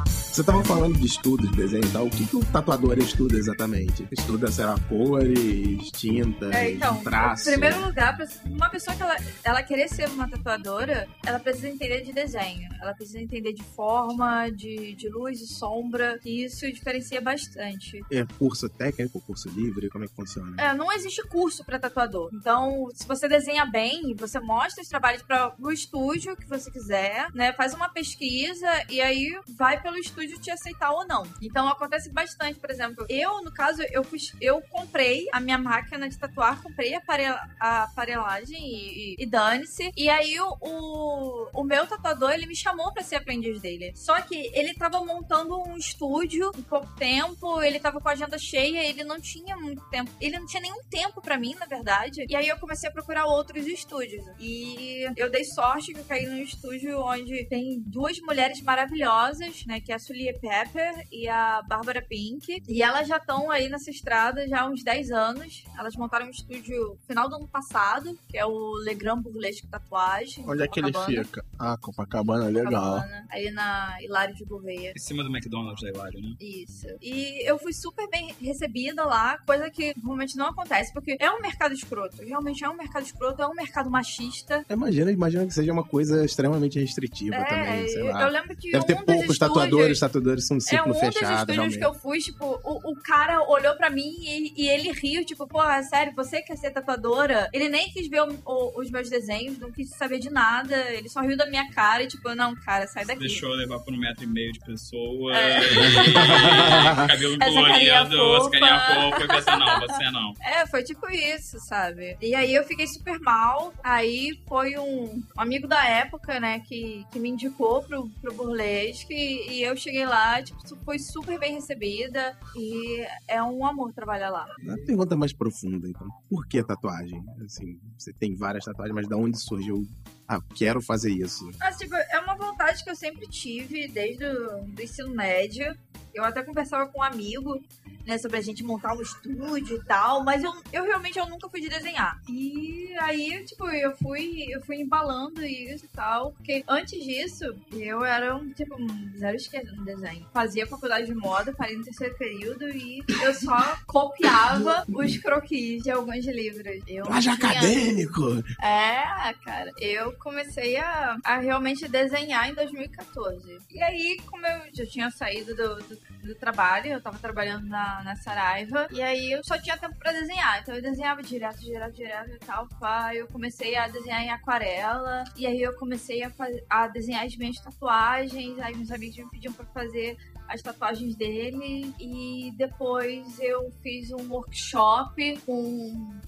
Speaker 4: Você tava falando de estudo de desenho e tal. O que, que o tatuador estuda exatamente? Estuda, sei lá, cores, tintas,
Speaker 3: É, então,
Speaker 4: traços.
Speaker 3: em primeiro lugar, pra uma pessoa que ela, ela querer ser uma tatuadora, ela precisa entender de desenho, ela precisa entender de forma, de, de luz e sombra, e isso diferencia bastante.
Speaker 4: É curso técnico, curso livre, como é que funciona?
Speaker 3: É, não existe curso pra tatuador. Então, se você desenha bem, você mostra os trabalhos para o estúdio que você quiser, né? Faz uma pesquisa e aí vai pelo estúdio te aceitar ou não. Então acontece bastante, por exemplo, eu no caso eu fiz- eu comprei a minha máquina de tatuar, comprei a, aparel- a aparelagem e, e, e dane-se. E aí o, o, o meu tatuador ele me chamou pra ser aprendiz dele. Só que ele tava montando um estúdio em pouco tempo, ele tava com a agenda cheia, ele não tinha muito tempo. Ele não tinha nenhum tempo pra mim, na verdade. E aí eu comecei a procurar outros estúdios. E eu dei sorte que eu caí num estúdio onde tem duas mulheres maravilhosas, né? Que é a Sulie Pepper e a Bárbara Pink. E elas já estão aí nessa estrada já há uns 10 anos. Elas montaram um estúdio no final do ano passado, que é o Le Grand Burlesque Tatuagem. em
Speaker 2: Onde é que ele
Speaker 3: Copacabana.
Speaker 2: fica? Ah, Copacabana, legal.
Speaker 3: Copacabana, ali na Hilário de Gouveia.
Speaker 1: Em cima do McDonald's da Hilário, né?
Speaker 3: Isso. E eu fui super bem recebida lá, coisa que normalmente não acontece, porque é um mercado escroto. Realmente é um mercado escroto, é um mercado machista.
Speaker 4: Imagina, imagina que seja uma coisa extremamente restritiva
Speaker 3: É,
Speaker 4: também, sei
Speaker 3: eu,
Speaker 4: lá.
Speaker 3: eu lembro que
Speaker 4: Deve
Speaker 3: um
Speaker 4: ter
Speaker 3: dos
Speaker 4: poucos
Speaker 3: estúdios,
Speaker 4: tatuadores, tatuadores são
Speaker 3: É, um
Speaker 4: um ciclo
Speaker 3: dos
Speaker 4: fechado,
Speaker 3: estúdios
Speaker 4: realmente.
Speaker 3: que eu fui, tipo, o, o cara olhou pra mim e, e ele riu, tipo, porra, sério, você quer ser tatuadora? Ele nem quis ver o- o- os meus desenhos, não quis saber de nada, ele só riu da minha cara e, tipo, não, cara, sai daqui.
Speaker 1: Deixou eu levar por um metro e meio de pessoa.
Speaker 3: É.
Speaker 1: e- Cabelo
Speaker 3: Essa carinha
Speaker 1: colorido, as carinhas
Speaker 3: fofa.
Speaker 1: fofas. Eu pensei, não, você não.
Speaker 3: É, foi tipo isso, sabe? E aí eu fiquei super mal. Aí foi um amigo da época, né, que, que me indicou pro, pro Burlesque. E eu cheguei lá, tipo, su- foi super bem recebida. E é um amor trabalhar lá.
Speaker 4: Uma pergunta mais profunda, então. Por que tatuagem? Assim, você tem várias tatuagens, mas da onde surgiu? Ah, eu quero fazer isso.
Speaker 3: Mas, tipo, é uma vontade que eu sempre tive desde o do ensino médio. Eu até conversava com um amigo, né, sobre a gente montar um estúdio e tal, mas eu, eu realmente eu nunca fui de desenhar. E aí, tipo, eu fui, eu fui embalando isso e tal, porque antes disso, eu era um, tipo, um zero esquerda no desenho. Fazia faculdade de moda, parei no terceiro período e eu só copiava os croquis de alguns livros. Eu não
Speaker 4: Plágio
Speaker 3: tinha-
Speaker 4: acadêmico!
Speaker 3: é, cara, eu comecei a, a realmente desenhar em 2014. E aí, como eu já tinha saído do, do, do trabalho, eu tava trabalhando na, na Saraiva, e aí eu só tinha tempo pra desenhar. Então eu desenhava direto, direto, direto e tal. Pá. Eu comecei a desenhar em aquarela, e aí eu comecei a, faz- a desenhar as minhas tatuagens. Aí meus amigos me pediam pra fazer as tatuagens dele e depois eu fiz um workshop com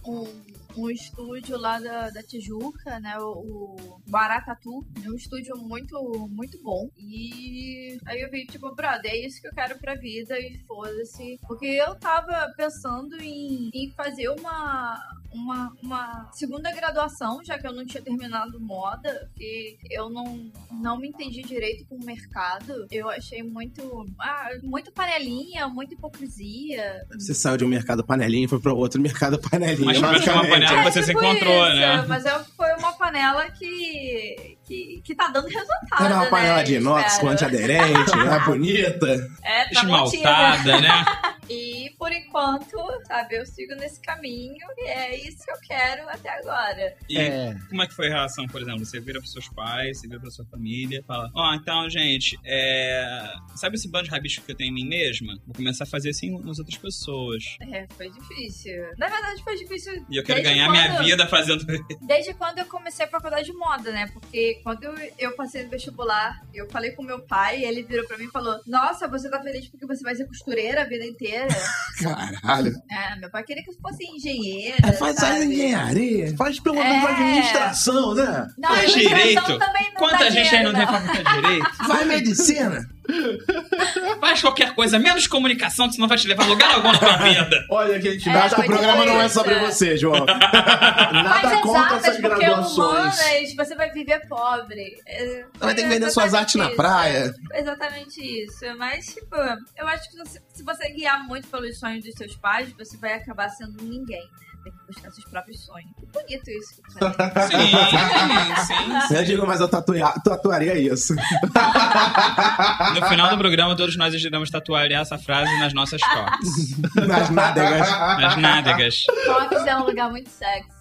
Speaker 3: um, um estúdio lá da, da Tijuca, né, o, o Baratatu, é um estúdio muito muito bom e aí eu vi tipo, brother, é isso que eu quero pra vida e foda-se, porque eu tava pensando em, em fazer uma uma, uma segunda graduação, já que eu não tinha terminado moda, que eu não, não me entendi direito com o mercado. Eu achei muito. Ah, muito panelinha, muita hipocrisia.
Speaker 4: Você saiu de um mercado panelinha e foi para outro mercado panelinha.
Speaker 1: Mas parece que é uma
Speaker 4: basicamente.
Speaker 1: panela que você se encontrou,
Speaker 3: Tipo isso,
Speaker 1: né?
Speaker 3: Mas eu, foi uma panela que, que, que tá dando resultado.
Speaker 4: Era uma
Speaker 3: né?
Speaker 4: panela de inox
Speaker 3: Espero.
Speaker 4: com antiaderente, era bonita.
Speaker 3: É, tá mantida.
Speaker 1: Esmaltada, né?
Speaker 3: E por enquanto, sabe, eu sigo nesse caminho e é isso que eu quero até agora.
Speaker 1: E como é que foi a reação, por exemplo? Você vira pros seus pais, você vira pra sua família, fala: Ó, então, gente, é... sabe esse bando de rabisco que eu tenho em mim mesma? Vou começar a fazer assim nas outras pessoas.
Speaker 3: É, foi difícil. Na verdade, foi difícil.
Speaker 1: E eu quero
Speaker 3: desde
Speaker 1: ganhar
Speaker 3: quando-
Speaker 1: minha vida fazendo.
Speaker 3: Desde quando eu comecei a faculdade de moda, né? Porque quando eu- eu passei no vestibular, eu falei com meu pai, ele virou pra mim e falou: Nossa, você tá feliz porque você vai ser costureira a vida inteira?
Speaker 4: Caralho.
Speaker 3: é, meu pai queria que eu fosse engenheira.
Speaker 4: É, Faz
Speaker 3: sabe?
Speaker 4: as engenharia.
Speaker 2: Faz pelo menos
Speaker 3: É.
Speaker 2: administração, né?
Speaker 3: Não,
Speaker 1: Faz
Speaker 3: ilustração
Speaker 1: direito.
Speaker 3: também não dá
Speaker 1: Quanta gente aí
Speaker 3: dinheiro,
Speaker 1: não tem faculdade de direito?
Speaker 4: Vai medicina.
Speaker 1: Faz qualquer coisa, menos comunicação, que senão vai te levar a lugar algum na tua vida.
Speaker 2: Olha, gente,
Speaker 3: É,
Speaker 2: nada
Speaker 4: Acho que o
Speaker 3: mas
Speaker 4: programa não é
Speaker 3: isso,
Speaker 4: sobre
Speaker 3: é.
Speaker 4: você, João.
Speaker 3: Mas
Speaker 2: Nada contra
Speaker 3: exatas,
Speaker 2: essas
Speaker 3: porque é
Speaker 2: graduações.
Speaker 3: humanas, você vai viver pobre. É,
Speaker 4: Vai ter que
Speaker 3: é
Speaker 4: vender suas
Speaker 3: exatamente
Speaker 4: artes na
Speaker 3: isso. é
Speaker 4: praia.
Speaker 3: Exatamente isso. Mas, tipo, eu acho que você- se você guiar muito pelos sonhos dos seus pais, você vai acabar sendo um ninguém. né? tem que buscar seus próprios sonhos. Que bonito isso que tu falei.
Speaker 1: Sim, sim, sim.
Speaker 4: Eu digo, mas eu tatua- tatuaria isso.
Speaker 1: No final do programa, todos nós iremos tatuar essa frase nas nossas costas,
Speaker 4: Nas nádegas.
Speaker 1: nas nádegas.
Speaker 3: Tops é um lugar muito sexy.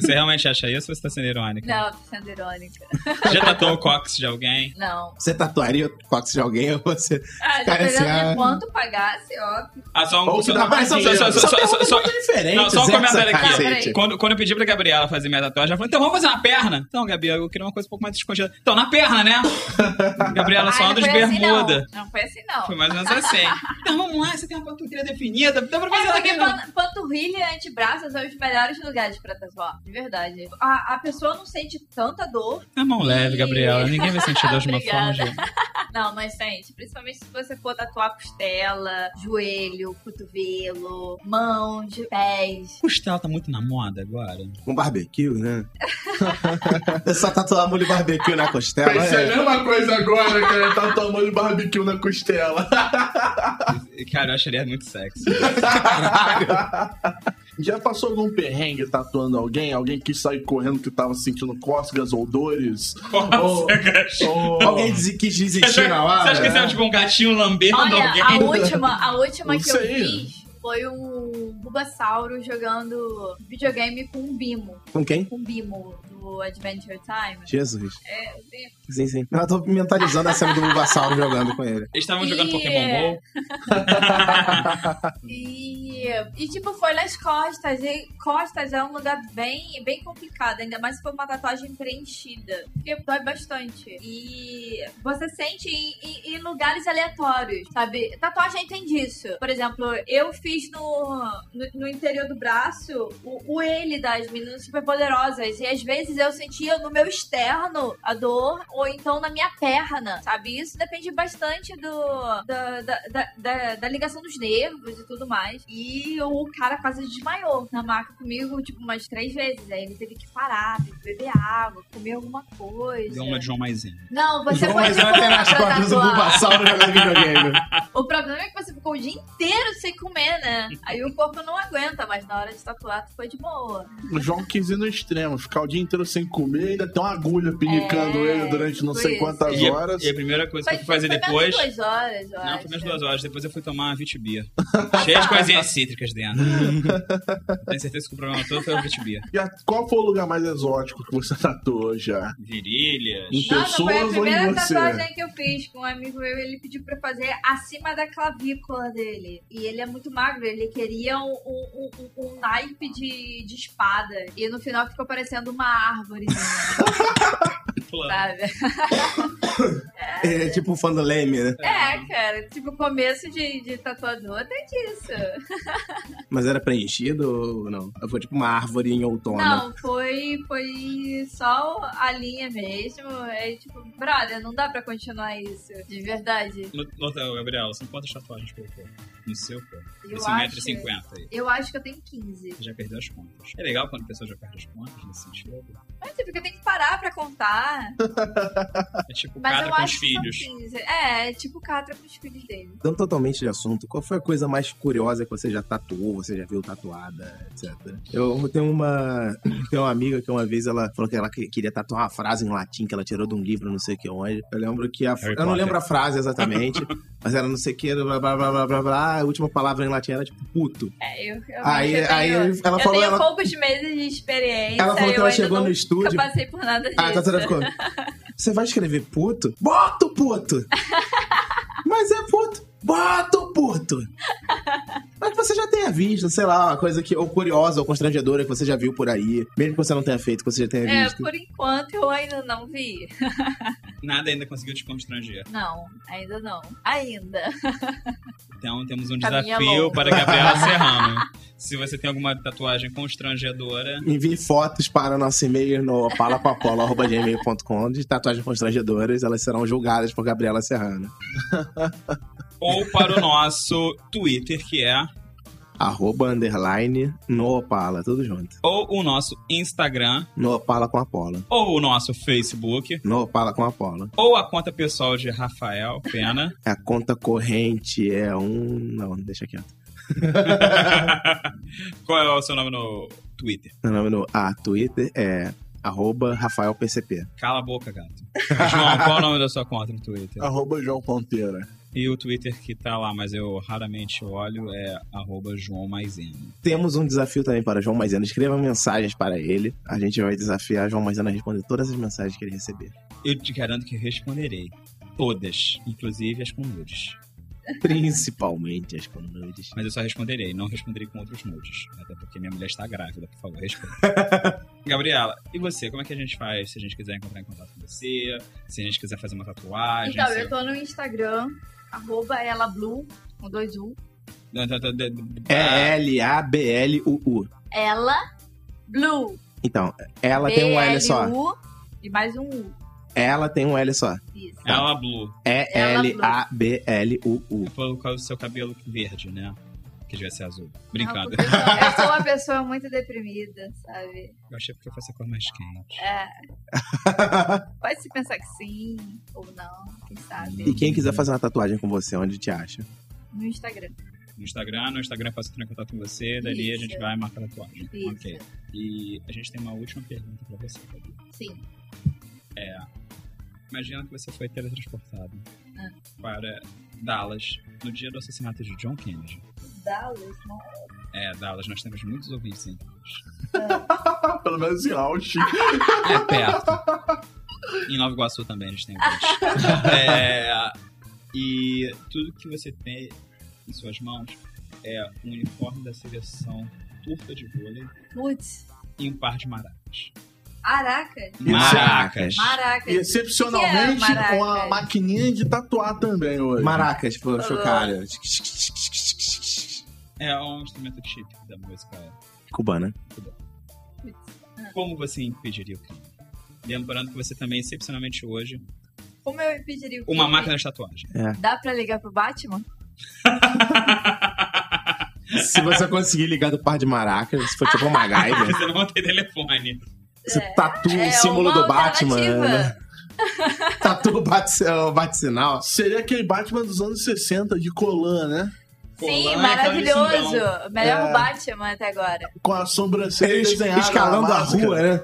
Speaker 1: Você realmente acha isso ou você tá sendo irônica?
Speaker 3: Não, tô sendo irônica.
Speaker 1: Já tatuou o cox de alguém?
Speaker 3: Não.
Speaker 4: Você tatuaria o cox de alguém ou você.
Speaker 3: Ah,
Speaker 4: Cara, esse
Speaker 3: dependendo
Speaker 4: é-
Speaker 3: de quanto pagasse, óbvio.
Speaker 1: Ah, só um...
Speaker 2: Ou se
Speaker 1: só-
Speaker 2: dá mais
Speaker 1: só-
Speaker 2: dinheiro.
Speaker 1: só- só-
Speaker 4: Só tem
Speaker 1: só-
Speaker 4: É uma
Speaker 1: só-
Speaker 4: coisa diferente.
Speaker 1: Não, só um
Speaker 4: Zé,
Speaker 1: comentário aqui.
Speaker 4: cacete.
Speaker 1: Quando, quando eu pedi pra Gabriela fazer minha tatuagem, ela falou: então vamos fazer na perna. Então, Gabriela, eu queria uma coisa um pouco mais escondida. Então, na perna, né? Gabriela só
Speaker 3: Ai,
Speaker 1: anda
Speaker 3: não
Speaker 1: de
Speaker 3: foi assim,
Speaker 1: bermuda.
Speaker 3: não. não foi assim, não.
Speaker 1: Foi mais ou menos assim. Então vamos lá, você tem uma panturrilha definida, dá pra fazer
Speaker 3: É
Speaker 1: ela
Speaker 3: porque
Speaker 1: aqui. não.
Speaker 3: pan- panturrilha e antebraço são os melhores lugares pra tatuar, de verdade. A, a pessoa não sente tanta dor.
Speaker 1: É mão leve, Gabriela. Ninguém vai sentir dor de uma forma.
Speaker 3: Obrigada.
Speaker 1: gente.
Speaker 3: Não, mas sente. Principalmente se você for tatuar costela, joelho, cotovelo, mão, de pés.
Speaker 1: Costela tá muito na moda agora.
Speaker 4: Um barbecue, né? é só tatuar molho barbecue na costela.
Speaker 2: Pensei a
Speaker 1: né?
Speaker 4: é.
Speaker 2: mesma coisa agora, cara. Tá tomando barbecue na costela.
Speaker 1: Cara, eu acharia muito sexy.
Speaker 2: Já passou algum perrengue tatuando alguém? Alguém que saiu correndo que tava sentindo cócegas ou dores?
Speaker 1: Cócegas.
Speaker 2: Ou-
Speaker 4: Alguém desi- quis
Speaker 1: Você
Speaker 4: desistir na hora.
Speaker 1: acha que você é tipo um gatinho lambendo
Speaker 3: Olha,
Speaker 1: alguém?
Speaker 3: a última, a última
Speaker 2: Não
Speaker 3: que eu
Speaker 2: sei.
Speaker 3: fiz foi um Bulbasauro jogando videogame com um Bimo.
Speaker 4: Com quem?
Speaker 3: Com um Bimo do Adventure Time.
Speaker 4: Jesus.
Speaker 3: É, o Bimo.
Speaker 4: Sim, sim. Não, eu tô mentalizando a cena do Bulbasauro jogando com ele.
Speaker 1: Eles estavam jogando
Speaker 3: Ih.
Speaker 1: Pokémon GO.
Speaker 3: E, e, tipo, foi nas costas. E costas é um lugar bem, bem complicado, ainda mais se for uma tatuagem preenchida. Porque dói bastante. E você sente em, em- em lugares aleatórios, sabe? Tatuagem tem disso. Por exemplo, eu fiz no, no, no interior do braço o, o L das meninas superpoderosas. E às vezes eu sentia no meu externo a dor, ou então na minha perna, sabe? Isso depende bastante do, da, da, da- da- da ligação dos nervos e tudo mais. E o cara quase desmaiou na maca comigo, tipo, umas três vezes. Aí ele teve que parar, teve que beber água, comer alguma coisa.
Speaker 1: Deu uma de João um. Maisinho.
Speaker 3: Não, você
Speaker 4: João,
Speaker 3: foi
Speaker 4: mas vai ter
Speaker 3: demorado
Speaker 4: nas
Speaker 3: pra
Speaker 4: costas do
Speaker 3: tatuar.
Speaker 4: Bulbasauro jogando videogame.
Speaker 3: O problema é que você ficou o dia inteiro sem comer, né? Aí o corpo não aguenta, mas na hora de tatuar tu foi de boa.
Speaker 2: O João quis ir no extremo, ficar o dia inteiro sem comer, ainda tem uma agulha pinicando
Speaker 3: É,
Speaker 2: ele durante não
Speaker 3: tipo
Speaker 2: sei
Speaker 3: isso.
Speaker 2: quantas
Speaker 1: E a,
Speaker 2: horas.
Speaker 1: e a primeira coisa que eu
Speaker 3: Foi,
Speaker 1: fui fazer
Speaker 3: foi menos
Speaker 1: depois.
Speaker 3: duas horas, eu
Speaker 1: Não,
Speaker 3: acho. né?
Speaker 1: foi menos duas horas. Depois eu fui tomar uma Vitibia. Cheia de coisinhas cítricas dentro. Tenho certeza que o problema todo foi o Vitibia.
Speaker 2: E a- qual foi o lugar mais exótico que você tatuou já?
Speaker 1: Virilhas.
Speaker 2: Em
Speaker 3: Nossa, foi a
Speaker 2: pessoas ou em
Speaker 3: primeira
Speaker 2: você?
Speaker 3: tatuagem que eu fiz com um amigo meu. Ele pediu pra fazer acima da clavícula dele. E ele é muito magro, ele queria um, um, um- um- um naipe de, de espada. E no final ficou parecendo uma árvore, sabe?
Speaker 4: É tipo um fã do Leme, né?
Speaker 3: É, cara, tipo, começo de, de tatuador tem disso.
Speaker 4: Mas era preenchido ou não? Foi tipo uma árvore em outono.
Speaker 3: Não, foi, foi só a linha mesmo. É tipo, brother, não dá pra continuar isso. De verdade.
Speaker 1: No, no, Gabriel, são quantas tatuagens que eu tenho? No seu corpo?
Speaker 3: Eu
Speaker 1: Esse
Speaker 3: acho.
Speaker 1: 1,50m aí.
Speaker 3: Eu acho que eu tenho 15.
Speaker 1: Você já perdeu as contas. É legal quando a pessoa já perde as contas nesse sentido.
Speaker 3: Mas é porque eu tenho que parar pra contar.
Speaker 1: É tipo
Speaker 3: Mas
Speaker 1: cada
Speaker 3: eu
Speaker 1: com os
Speaker 3: acho que são
Speaker 1: filhos.
Speaker 3: 15. É, é tipo catra com os filhos dele.
Speaker 4: Mudando totalmente de assunto, qual foi a coisa mais curiosa que você já tatuou, você já viu tatuada, etc? Eu tenho uma, tenho uma amiga que uma vez ela falou que ela que- queria tatuar uma frase em latim que ela tirou de um livro, não sei o que onde. Eu lembro que a,
Speaker 1: Harry
Speaker 4: eu não
Speaker 1: Potter.
Speaker 4: lembro a frase exatamente, mas era não sei o que, blá blá blá blá blá blá. A última palavra em latim era tipo puto.
Speaker 3: É, eu, eu
Speaker 4: Aí,
Speaker 3: acho que eu
Speaker 4: aí
Speaker 3: tenho-
Speaker 4: ela
Speaker 3: eu
Speaker 4: falou,
Speaker 3: tenho
Speaker 4: ela,
Speaker 3: poucos meses de experiência.
Speaker 4: ela falou que
Speaker 3: eu
Speaker 4: ela
Speaker 3: ainda
Speaker 4: chegou
Speaker 3: não-
Speaker 4: no estúdio.
Speaker 3: Nunca passei por nada disso.
Speaker 4: Ah, a Tatana ficou. Você vai escrever puto? Bota o puto! Mas é puto! Bota o puto! Mas que você já tenha visto, sei lá, uma coisa que, ou curiosa ou constrangedora que você já viu por aí, mesmo que você não tenha feito, que você já tenha
Speaker 3: É,
Speaker 4: visto.
Speaker 3: por enquanto eu ainda não vi.
Speaker 1: Nada ainda conseguiu te constranger.
Speaker 3: Não, ainda não. Ainda.
Speaker 1: Então temos um
Speaker 3: Caminho é
Speaker 1: desafio
Speaker 3: longo.
Speaker 1: para Gabriela Serrano. Se você tem alguma tatuagem constrangedora,
Speaker 4: Envie fotos para nosso e-mail no palapapolo.gmail.com de tatuagens constrangedoras, elas serão julgadas por Gabriela Serrano.
Speaker 1: ou para o nosso Twitter, que é,
Speaker 4: Arroba underline no Opala, tudo junto.
Speaker 1: ou o nosso Instagram,
Speaker 4: No Opala com Apolo.
Speaker 1: ou o nosso Facebook,
Speaker 4: No Opala com Apolo.
Speaker 1: ou a conta pessoal de Rafael Pena.
Speaker 4: A conta corrente é um. Não, deixa quieto.
Speaker 1: Qual é o seu nome no Twitter?
Speaker 4: Meu nome no ah, Twitter é arroba RafaelPCP.
Speaker 1: Cala a boca, gato. João, qual é o nome da sua conta no Twitter?
Speaker 2: Arroba João Ponteira.
Speaker 1: E o Twitter que tá lá, mas eu raramente olho, é arroba João Maiseno.
Speaker 4: Temos um desafio também para João Maisena. Escreva mensagens para ele. A gente vai desafiar João Maisena a responder todas as mensagens que ele receber.
Speaker 1: Eu te garanto que responderei. Todas, inclusive as com nudes.
Speaker 4: Principalmente as com nudes.
Speaker 1: Mas eu só responderei, não responderei com outros nudes. Até porque minha mulher está grávida, por favor, responda. Gabriela, e você? Como é que a gente faz se a gente quiser entrar em contato com você? Se a gente quiser fazer uma tatuagem?
Speaker 3: Então,
Speaker 1: se-
Speaker 3: eu tô no Instagram, arroba ela blue, com dois U.
Speaker 1: Não, tá, tá, tá,
Speaker 4: É L-A-B-L-U-U.
Speaker 3: Ela blue.
Speaker 4: Então, ela tem um L só.
Speaker 3: B-L-U, E mais um U.
Speaker 4: Ela tem um L só.
Speaker 3: Isso.
Speaker 1: Ela Ah, Blue,
Speaker 4: É
Speaker 3: Ela
Speaker 4: L-A-B-L-U-U.
Speaker 1: por causa do seu cabelo verde, né? Que devia ser azul.
Speaker 3: Não,
Speaker 1: Brincando.
Speaker 3: porque eu sou- eu sou uma pessoa muito deprimida, sabe?
Speaker 1: Eu achei porque fosse a cor mais quente.
Speaker 3: É. Pode se pensar que sim ou não, quem
Speaker 4: E
Speaker 3: sabe?
Speaker 4: quem quiser fazer uma tatuagem com você, onde te acha?
Speaker 3: No Instagram.
Speaker 1: No Instagram, no Instagram eu faço entrar em contato com você, dali a
Speaker 3: Isso.
Speaker 1: gente vai marcar a tatuagem.
Speaker 3: Isso.
Speaker 1: Ok. E a gente tem uma última pergunta pra você, Gabi.
Speaker 3: Sim.
Speaker 1: Imagina que você foi teletransportado
Speaker 3: Ah.
Speaker 1: para Dallas no dia do assassinato de John Kennedy.
Speaker 3: Dallas, não?
Speaker 1: É, Dallas, nós temos muitos ouvintes em Dallas.
Speaker 2: Pelo menos em Austin.
Speaker 1: É perto. em Nova Iguaçu também a gente tem dois. É, e tudo que você tem em suas mãos é um uniforme da seleção turca de vôlei
Speaker 3: Putz.
Speaker 1: e um par de maracas.
Speaker 3: Aracas.
Speaker 1: Maracas.
Speaker 2: E
Speaker 3: Maracas.
Speaker 2: excepcionalmente
Speaker 3: Que é, Maracas?
Speaker 2: com a maquininha de tatuar também hoje.
Speaker 4: Maracas, pô,
Speaker 3: Ah.
Speaker 4: chocalho.
Speaker 1: É um instrumento típico da música. é.
Speaker 4: Cubana.
Speaker 1: Como você impediria o crime? Lembrando que você também, excepcionalmente hoje,
Speaker 3: Como eu pediria o
Speaker 1: uma
Speaker 3: filme?
Speaker 1: máquina de tatuagem.
Speaker 3: Dá pra ligar pro Batman?
Speaker 4: Se você conseguir ligar do par de maracas, se for tipo um MacGyver,
Speaker 1: Você não vai ter telefone.
Speaker 4: você
Speaker 3: É.
Speaker 4: tatua o
Speaker 3: É
Speaker 4: Um símbolo
Speaker 3: uma
Speaker 4: do Batman, né?
Speaker 3: alternativa.
Speaker 4: tatua o bate- o bate-sinal.
Speaker 2: Seria aquele Batman dos anos 60 de Colan, né?
Speaker 1: Colan
Speaker 3: Sim,
Speaker 1: é
Speaker 3: maravilhoso. Melhor
Speaker 2: É.
Speaker 3: Batman até agora.
Speaker 2: Com a sobrancelha
Speaker 4: Eles
Speaker 2: desenhada.
Speaker 4: escalando
Speaker 2: na
Speaker 4: a
Speaker 2: máscara.
Speaker 4: rua, né?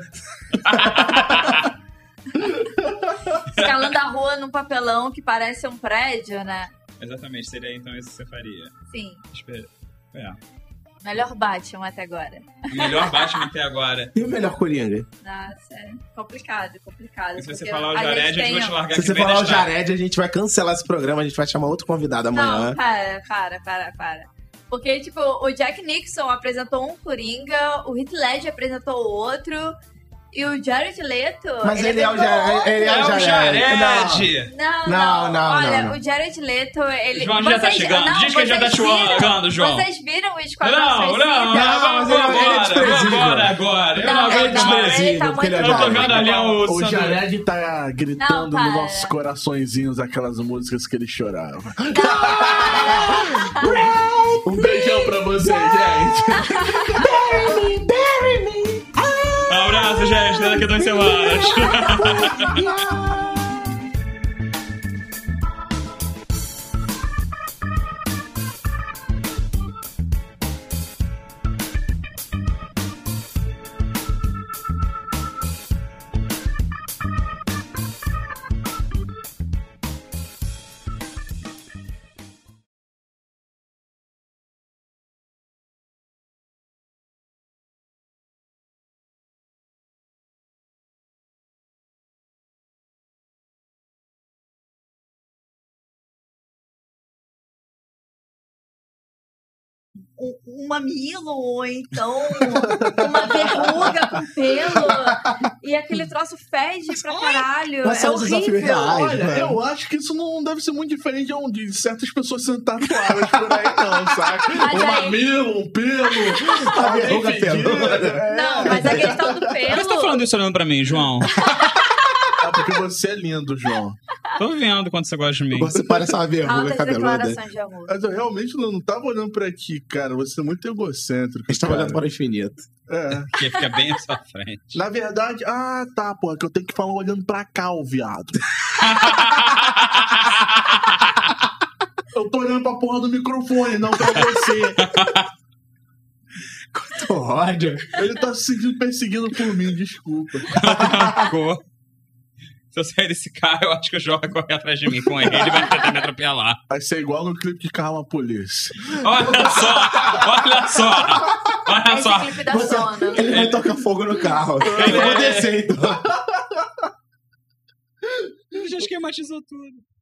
Speaker 3: Escalando a rua num papelão que parece um prédio, né?
Speaker 1: Exatamente, seria então isso que você faria.
Speaker 3: Sim.
Speaker 1: Espera. É.
Speaker 3: Melhor Batman até agora.
Speaker 1: O melhor Batman até agora
Speaker 4: E o melhor Coringa?
Speaker 3: Nossa, é complicado, complicado.
Speaker 1: E se você
Speaker 3: porque
Speaker 1: falar o
Speaker 3: a gente
Speaker 1: Jared, eu
Speaker 3: tem- um
Speaker 1: vou te largar
Speaker 4: Se
Speaker 1: aqui
Speaker 4: você
Speaker 1: no meio
Speaker 4: falar
Speaker 1: da
Speaker 4: o
Speaker 1: estrada.
Speaker 4: Jared, a gente vai cancelar esse programa, a gente vai chamar outro convidado amanhã.
Speaker 3: Não, para, para, para, para. Porque, tipo, o Jack Nixon apresentou um Coringa, o Heath Ledger apresentou outro, e o Jared Leto...
Speaker 4: Mas ele é o
Speaker 3: apresentou
Speaker 4: Jared- ele
Speaker 3: outro.
Speaker 1: É o
Speaker 4: Jared.
Speaker 1: Jared!
Speaker 3: Não,
Speaker 4: Não,
Speaker 3: não,
Speaker 4: não,
Speaker 3: Olha,
Speaker 4: não, não.
Speaker 3: o Jared Leto, ele...
Speaker 1: João já tá
Speaker 3: Vocês-
Speaker 1: chegando.
Speaker 3: não,
Speaker 1: Diz que ele já tá
Speaker 3: vocês viram-
Speaker 1: chegando, João.
Speaker 3: Vocês viram o Esquadrão
Speaker 1: Não, não,
Speaker 3: Suicida?
Speaker 1: não,
Speaker 4: Não, mas
Speaker 1: vamos
Speaker 4: ele- ele é
Speaker 1: embora, vamos
Speaker 4: desprezível.
Speaker 1: embora agora. Eu não
Speaker 3: Não,
Speaker 1: aguento
Speaker 4: ele é
Speaker 1: mais.
Speaker 4: desprezível,
Speaker 3: tá
Speaker 4: porque ele é
Speaker 3: muito
Speaker 1: Eu tô
Speaker 4: Jared.
Speaker 1: vendo ali o
Speaker 2: O
Speaker 1: Sandro-
Speaker 2: Jared tá gritando
Speaker 3: Não,
Speaker 2: nos
Speaker 3: para.
Speaker 2: nossos coraçõezinhos aquelas músicas que ele chorava. um beijão pra você, gente.
Speaker 1: Abraço, gente. Até daqui a duas semanas.
Speaker 3: um, um mamilo, ou então uma verruga com pelo. E aquele troço fede pra caralho.
Speaker 4: Mas
Speaker 3: é
Speaker 4: são os desafios
Speaker 3: horrível.
Speaker 4: reais. Ai,
Speaker 2: Olha,
Speaker 4: mano.
Speaker 2: eu acho que isso não deve ser muito diferente de, um- de certas pessoas sendo tatuadas por aí, não, saca?
Speaker 3: Mas
Speaker 2: Um
Speaker 3: aí-
Speaker 2: mamilo, um pelo,
Speaker 4: A verruga
Speaker 2: alguém fedido.
Speaker 4: peluda.
Speaker 2: É,
Speaker 3: Não, mas a questão do
Speaker 1: Por que
Speaker 3: pelo.
Speaker 1: você tá falando isso olhando pra mim, João?
Speaker 2: é porque você é lindo, João.
Speaker 1: Tô vendo quanto você gosta de mim.
Speaker 4: Você parece uma verruga
Speaker 3: Altas
Speaker 4: cabeluda.
Speaker 3: declarações de amor.
Speaker 2: Mas eu realmente não, não tava olhando pra aqui, cara. Você é muito egocêntrico.
Speaker 4: A gente tava
Speaker 2: cara.
Speaker 4: olhando para o infinito.
Speaker 2: É.
Speaker 1: Porque fica bem à sua frente.
Speaker 2: Na verdade, ah, tá, porra, que eu tenho que falar olhando pra cá, o viado. Eu tô olhando pra porra do microfone, não pra você.
Speaker 4: Quanto ódio.
Speaker 2: Ele tá se perseguindo por mim, desculpa.
Speaker 1: Marcou. Se eu sair desse carro, eu acho que o João vai correr atrás de mim com ele e vai tentar me atropelar.
Speaker 2: Vai ser igual no clipe de Karma Polícia.
Speaker 1: Olha só! Olha só! Olha
Speaker 3: Esse
Speaker 1: só!
Speaker 3: clipe da
Speaker 4: Você-
Speaker 3: Sona.
Speaker 4: Ele vai tocar fogo no carro. Eu vou descer então.
Speaker 1: Já esquematizou tudo.